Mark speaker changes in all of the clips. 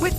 Speaker 1: With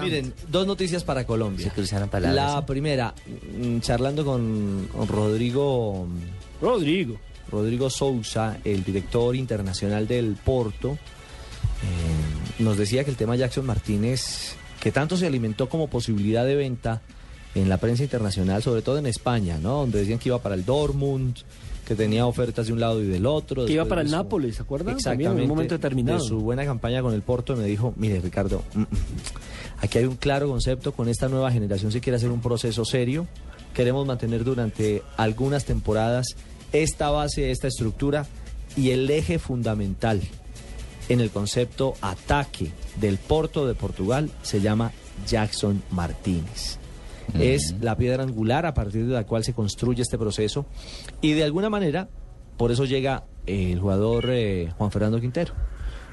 Speaker 2: Miren, dos noticias para Colombia.
Speaker 3: Se cruzaron palabras,
Speaker 2: La
Speaker 3: ¿eh?
Speaker 2: primera, mm, charlando con con Rodrigo
Speaker 4: Rodrigo.
Speaker 2: Rodrigo Sousa, el director internacional del Porto, eh, nos decía que el tema Jackson Martínez, que tanto se alimentó como posibilidad de venta en la prensa internacional, sobre todo en España, ¿no? Donde decían que iba para el Dortmund, que tenía ofertas de un lado y del otro.
Speaker 4: Que iba
Speaker 2: Después
Speaker 4: para
Speaker 2: de
Speaker 4: el
Speaker 2: su-
Speaker 4: Nápoles, ¿se acuerdan? También en un
Speaker 2: Exactamente.
Speaker 4: momento determinado.
Speaker 2: de su buena campaña con el Porto me dijo, mire Ricardo, mm, mm, aquí hay un claro concepto con esta nueva generación, si quiere hacer un proceso serio, queremos mantener durante algunas temporadas esta base, esta estructura y el eje fundamental en el concepto ataque del Porto de Portugal se llama Jackson Martínez. Es la piedra angular a partir de la cual se construye este proceso y de alguna manera por eso llega eh, el jugador eh, Juan Fernando Quintero,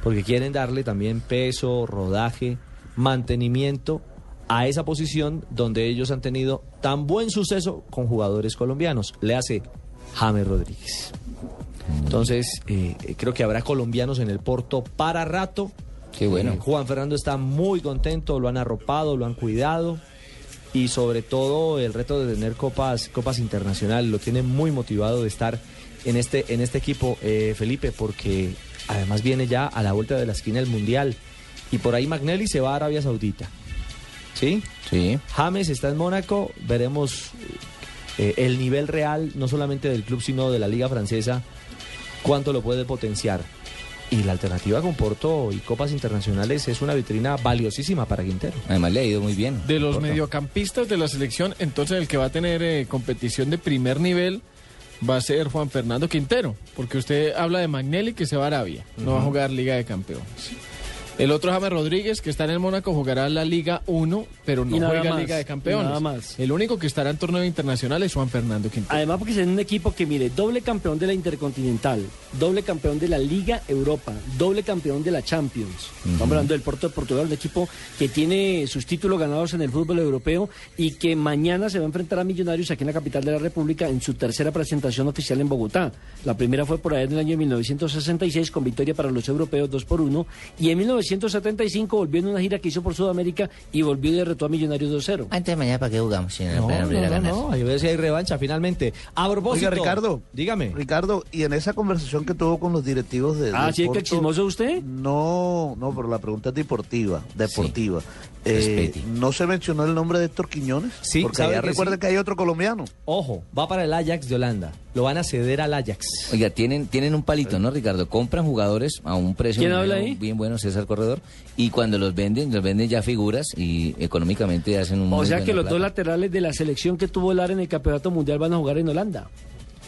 Speaker 2: porque quieren darle también peso, rodaje, mantenimiento a esa posición donde ellos han tenido tan buen suceso con jugadores colombianos. Le hace James Rodríguez.
Speaker 3: Mm.
Speaker 2: Entonces, eh, eh, creo que habrá colombianos en el Porto para rato.
Speaker 3: Qué bueno.
Speaker 2: Eh, Juan Fernando está muy contento, lo han arropado, lo han cuidado. Y sobre todo el reto de tener copas, copas internacionales, lo tiene muy motivado de estar en este, en este equipo, eh, Felipe, porque además viene ya a la vuelta de la esquina el Mundial. Y por ahí Magnelli se va a Arabia Saudita. ¿Sí?
Speaker 3: Sí.
Speaker 2: James está en Mónaco, veremos eh, el nivel real, no solamente del club, sino de la liga francesa, cuánto lo puede potenciar. Y la alternativa con Porto y Copas Internacionales es una vitrina valiosísima para Quintero.
Speaker 3: Además le ha ido muy bien.
Speaker 5: De los
Speaker 3: Porto.
Speaker 5: mediocampistas de la selección, entonces el que va a tener eh, competición de primer nivel va a ser Juan Fernando Quintero, porque usted habla de Magnelli que se va a Arabia, no va a jugar Liga de Campeones. El otro James Rodríguez, que está en el Mónaco, jugará la Liga 1, pero no
Speaker 4: Y nada
Speaker 5: juega
Speaker 4: más,
Speaker 5: Liga de
Speaker 4: y
Speaker 5: Campeones.
Speaker 4: nada más.
Speaker 5: El único que estará en torneo internacional es Juan Fernando Quintero.
Speaker 4: Además porque es un equipo que, mire, doble campeón de la Intercontinental, doble campeón de la Liga Europa, doble campeón de la Champions. Estamos hablando del Porto de Portugal, un equipo que tiene sus títulos ganados en el fútbol europeo y que mañana se va a enfrentar a Millonarios aquí en la capital de la República en su tercera presentación oficial en Bogotá. La primera fue por allá en el año 1966 con victoria para los europeos 2 por 1 y en 1975 volvió en una gira que hizo por Sudamérica y volvió y derrotó a Millonarios 2-0.
Speaker 3: Antes de mañana, ¿para qué jugamos? Si no,
Speaker 2: No,
Speaker 3: para
Speaker 2: no,
Speaker 3: volver a
Speaker 2: no,
Speaker 3: ganar.
Speaker 2: no, hay ver si hay revancha finalmente. A propósito,
Speaker 6: Oiga, Ricardo.
Speaker 2: dígame.
Speaker 6: Ricardo, y en esa conversación que tuvo con los directivos de.
Speaker 4: Ah,
Speaker 6: del
Speaker 4: ¿sí es que
Speaker 6: Porto,
Speaker 4: chismoso usted?
Speaker 6: No, no, pero la pregunta es deportiva. Deportiva. Eh,
Speaker 3: Respete.
Speaker 6: no se mencionó el nombre de Héctor Quiñones.
Speaker 2: Sí,
Speaker 6: porque
Speaker 2: ¿sabe
Speaker 6: allá
Speaker 2: que
Speaker 6: recuerda
Speaker 2: sí?
Speaker 6: que hay otro colombiano.
Speaker 2: Ojo, va para el Ajax de Holanda. Lo van a ceder al Ajax.
Speaker 3: Oiga, tienen, tienen un palito, ¿no, Ricardo? Compran jugadores a un precio
Speaker 4: ¿Quién
Speaker 3: muy
Speaker 4: habla
Speaker 3: bueno,
Speaker 4: ahí?
Speaker 3: bien bueno, César Corredor, y cuando los venden, los venden ya figuras y económicamente hacen un...
Speaker 4: O
Speaker 3: muy
Speaker 4: sea que
Speaker 3: buena
Speaker 4: los dos
Speaker 3: plata.
Speaker 4: laterales de la selección que tuvo el AR en el Campeonato Mundial van a jugar en Holanda.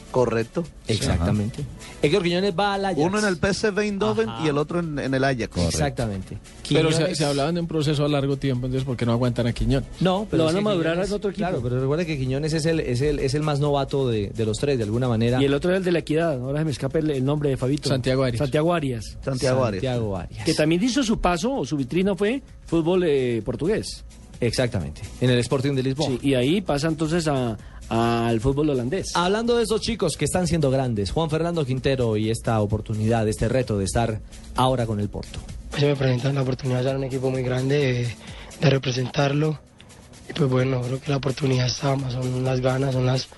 Speaker 6: Correcto.
Speaker 2: Exactamente. Héctor Quiñones va al Ajax.
Speaker 6: Uno en el PSV Eindhoven
Speaker 2: Ajá.
Speaker 6: y el otro en, en el Ajax.
Speaker 2: Exactamente.
Speaker 5: Pero se,
Speaker 2: Quiñones-
Speaker 5: se hablaban de un proceso a largo tiempo, entonces ¿por qué no aguantan a Quiñón?
Speaker 2: No, pero
Speaker 4: Lo
Speaker 2: es
Speaker 4: van a
Speaker 2: que
Speaker 4: madurar
Speaker 2: Quiñones-
Speaker 4: al otro equipo.
Speaker 2: Claro, pero recuerda que Quiñones es el, es el, es el más novato de, de los tres, de alguna manera.
Speaker 4: Y el otro era el de la Equidad, ahora se me escapa el, el nombre de Fabito.
Speaker 5: Santiago Arias.
Speaker 4: Santiago Arias,
Speaker 6: Santiago Arias.
Speaker 2: Santiago Arias.
Speaker 4: Que también hizo su paso, o su vitrina fue fútbol eh, portugués.
Speaker 2: Exactamente. En el Sporting de Lisboa.
Speaker 4: Sí, y ahí pasa entonces a- al fútbol
Speaker 3: Ah,
Speaker 4: holandés.
Speaker 2: Hablando de esos chicos que están siendo grandes, Juan Fernando Quintero y esta oportunidad, este reto de estar ahora con el Porto.
Speaker 7: se me presentan la oportunidad de estar en un equipo muy grande, de, de representarlo. Y pues bueno, creo que la oportunidad está, más son las ganas, son las,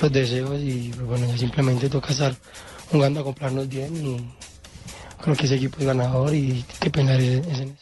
Speaker 7: los deseos y pues bueno, ya simplemente toca estar jugando a comprarnos bien y creo que ese equipo es ganador y hay que pensar es- es en eso.